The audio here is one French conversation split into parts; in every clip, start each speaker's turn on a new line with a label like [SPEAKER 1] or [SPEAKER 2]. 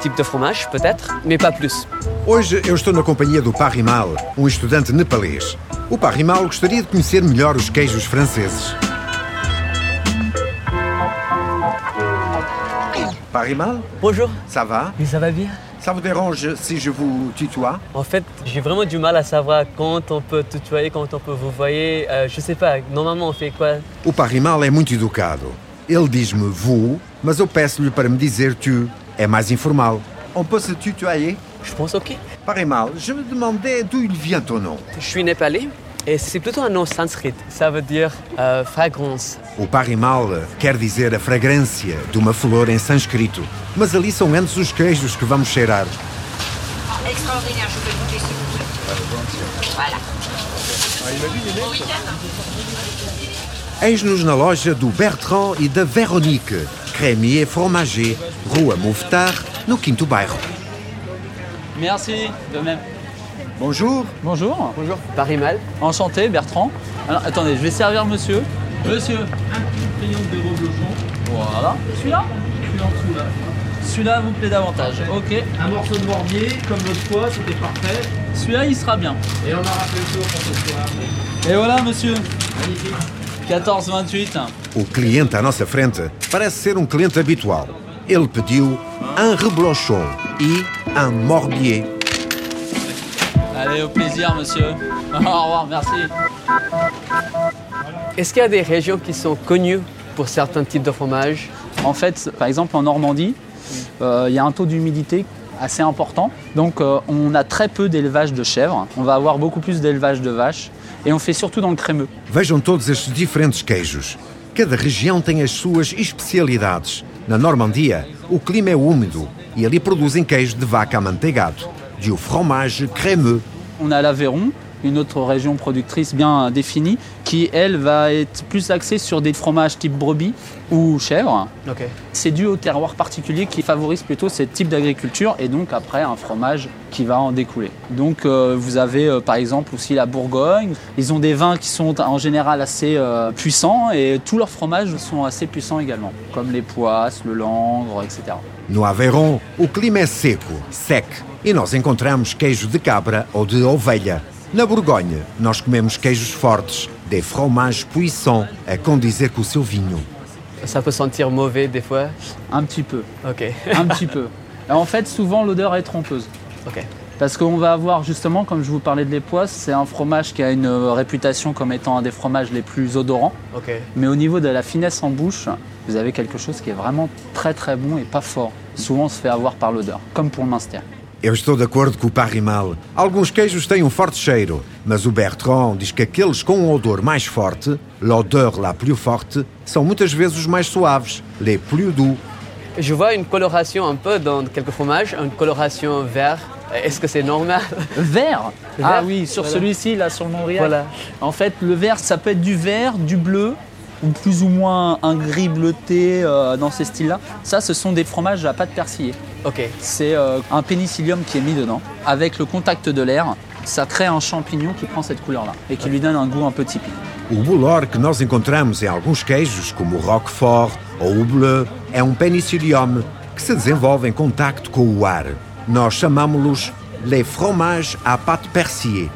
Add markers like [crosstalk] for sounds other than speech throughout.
[SPEAKER 1] types de fromages peut-être, mais pas plus.
[SPEAKER 2] Hoje eu estou na companhia do Parrimal, um estudante nepalês. O Parrimal gostaria de conhecer melhor os queijos franceses.
[SPEAKER 3] Paris mal
[SPEAKER 1] Bonjour,
[SPEAKER 3] Ça va
[SPEAKER 1] mais ça va bien
[SPEAKER 3] Ça vous dérange si je vous tutoie
[SPEAKER 1] En fait, j'ai vraiment du mal à savoir quand on peut tutoyer, quand on peut vous voyer. Euh, je sais pas, normalement on fait quoi
[SPEAKER 2] O Parrimal é muito educado. Ele diz-me vou, mas eu peço-lhe para me dizer tu. É mais informal.
[SPEAKER 3] On peut se tutoyer
[SPEAKER 1] Je pense ok.
[SPEAKER 3] Paris mal, je me demandais d'où il vient ton nom.
[SPEAKER 1] Je suis népalais et c'est plutôt un nom sanskrit. Ça veut dire euh, fragrance.
[SPEAKER 2] O Parrimal quer dizer a fragrância de uma flor em sânscrito. Mas ali são antes os queijos que vamos cheirar.
[SPEAKER 4] Extraordinaire, je peux goûter s'il vous plaît. Voilà.
[SPEAKER 2] Eis-nos na loja do Bertrand e da Véronique, Crémier Fromager, Rua Mouffetard, no quinto bairro.
[SPEAKER 5] Merci, de même.
[SPEAKER 3] Bonjour.
[SPEAKER 5] Bonjour.
[SPEAKER 1] Bonjour. Parimal.
[SPEAKER 5] Enchanté, Bertrand. Alors, attendez, je vais servir monsieur. Monsieur, un petit crayon de reblochon. Voilà. Celui-là Celui-là en dessous, là. Celui-là vous plaît davantage. Ok.
[SPEAKER 6] Un morceau de morbier, comme l'autre fois, c'était parfait.
[SPEAKER 5] Celui-là, il sera bien.
[SPEAKER 6] Et on a rappelé le tour pour ce soir.
[SPEAKER 5] Et voilà, monsieur.
[SPEAKER 6] Magnifique.
[SPEAKER 5] 14,28.
[SPEAKER 2] O cliente à nossa frente parece ser um cliente habitual. Ele pediu un reblochon e un morbier.
[SPEAKER 5] Allez, au plaisir, monsieur. [laughs] Au revoir, merci.
[SPEAKER 1] Est-ce qu'il y a des régions qui sont connues pour certains types de fromages
[SPEAKER 5] En fait, par exemple, en Normandie, euh, il y a un taux d'humidité assez important. Donc, euh, on a très peu d'élevage de chèvres. On va avoir beaucoup plus d'élevage de vaches. Et on fait surtout dans le crémeux.
[SPEAKER 2] Vejam todos estes diferentes queijos. Cada região tem as suas especialidades. Na Normandia, o clima é úmido e ali produzem queijo de vaca amanteigado, de o fromage crémeux.
[SPEAKER 5] On a l'Aveyron, une autre région productrice bien définie, qui elle va être plus axée sur des fromages type brebis ou chèvre.
[SPEAKER 1] Ok.
[SPEAKER 5] C'est dû au terroir particulier qui favorise plutôt ce type d'agriculture et donc après un fromage qui va en découler. Donc euh, vous avez euh, par exemple aussi la Bourgogne, ils ont des vins qui sont en général assez euh, puissants et tous leurs fromages sont assez puissants également, comme les poisses, le langre, etc.
[SPEAKER 2] No Aveyron, o clima é seco, sec, e nós encontramos queijo de cabra ou de ovelha. Na Borgonha, nós comemos queijos fortes, de fromage puissant, a condizer com o seu vinho.
[SPEAKER 1] Ça peut sentir mauvais des fois.
[SPEAKER 5] Un petit peu,
[SPEAKER 1] [laughs] Ok.
[SPEAKER 5] un petit peu. Et en fait souvent l'odeur est trompeuse.
[SPEAKER 1] ok.
[SPEAKER 5] Parce qu'on va avoir justement, comme je vous parlais de les poisses, c'est un fromage qui a une euh, réputation comme étant un des fromages les plus odorants.
[SPEAKER 1] Ok.
[SPEAKER 5] Mais au niveau de la finesse en bouche, vous avez quelque chose qui est vraiment très très bon et pas fort. Souvent on se fait avoir par l'odeur, comme pour le minster.
[SPEAKER 2] Eu estou de acordo com o Parrimal. Alguns queijos têm um forte cheiro, mas o Bertrand diz que aqueles com um odor mais forte, l'odeur la plus forte, são muitas vezes os mais suaves, les plus doux.
[SPEAKER 1] Je vois une coloration un peu dans quelques fromages, une coloration vert. Est-ce que c'est normal
[SPEAKER 5] Vert
[SPEAKER 1] Le
[SPEAKER 5] Ah
[SPEAKER 1] vert,
[SPEAKER 5] oui, sur
[SPEAKER 1] voilà.
[SPEAKER 5] celui-ci, là, sur le Montréal.
[SPEAKER 1] Voilà.
[SPEAKER 5] En fait, le vert, ça peut être du vert, du bleu, ou plus ou moins un gris bleuté euh, dans ces styles-là. Ça, ce sont des fromages à pâte persillée.
[SPEAKER 1] [laughs] Ok.
[SPEAKER 5] C'est euh, un pénicillium qui est mis dedans. Avec le contact de l'air, ça crée un champignon qui prend cette couleur-là et qui lui donne un goût un peu typique.
[SPEAKER 2] O bolor que nós encontramos em alguns queijos, como o Roquefort ou o Bleu, é um penicillium que se desenvolve em contacto com o ar. Nós chamámos-los les fromages à pâte persillée.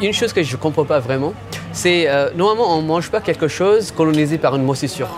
[SPEAKER 1] Une chose que je ne comprends pas vraiment, c'est euh, normalement on ne mange pas quelque chose colonisé par une moisissure.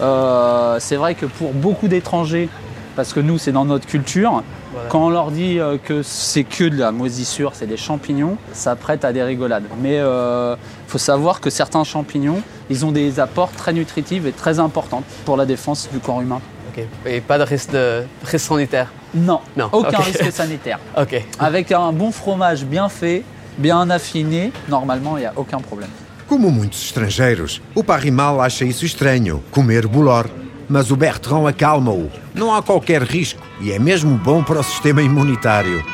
[SPEAKER 5] Euh, c'est vrai que pour beaucoup d'étrangers, parce que nous, c'est dans notre culture, quand on leur dit euh, que c'est que de la moisissure, c'est des champignons, ça prête à des rigolades. Mais euh, faut savoir que certains champignons, ils ont des apports très nutritifs et très importants pour la défense du corps humain.
[SPEAKER 1] Ok. Et pas de risque, de risque sanitaire.
[SPEAKER 5] Non,
[SPEAKER 1] Non,
[SPEAKER 5] aucun
[SPEAKER 1] ok.
[SPEAKER 5] risque sanitaire.
[SPEAKER 1] Ok.
[SPEAKER 5] Avec un bon fromage bien fait, bien affiné, normalement, il n'y a aucun problème.
[SPEAKER 2] Como muitos estrangeiros, o Parrimal acha isso estranho, comer bolor. Mas o Bertrand acalma-o. Não há qualquer risco e é mesmo bom para o sistema imunitário.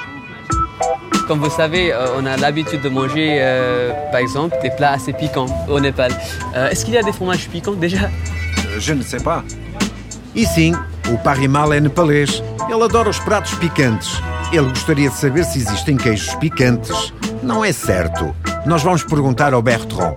[SPEAKER 1] Comme vous savez, euh, on a l'habitude de manger, euh, par exemple, des plats assez piquants au Népal. Euh, Est-ce qu'il y a des fromages piquants déjà
[SPEAKER 3] Euh, Je ne sais pas.
[SPEAKER 2] E sim, o Parimal é nepalês. Ele adora os pratos picantes. Ele gostaria de saber se existem queijos picantes. Não é certo. Nós vamos perguntar ao Bertrand.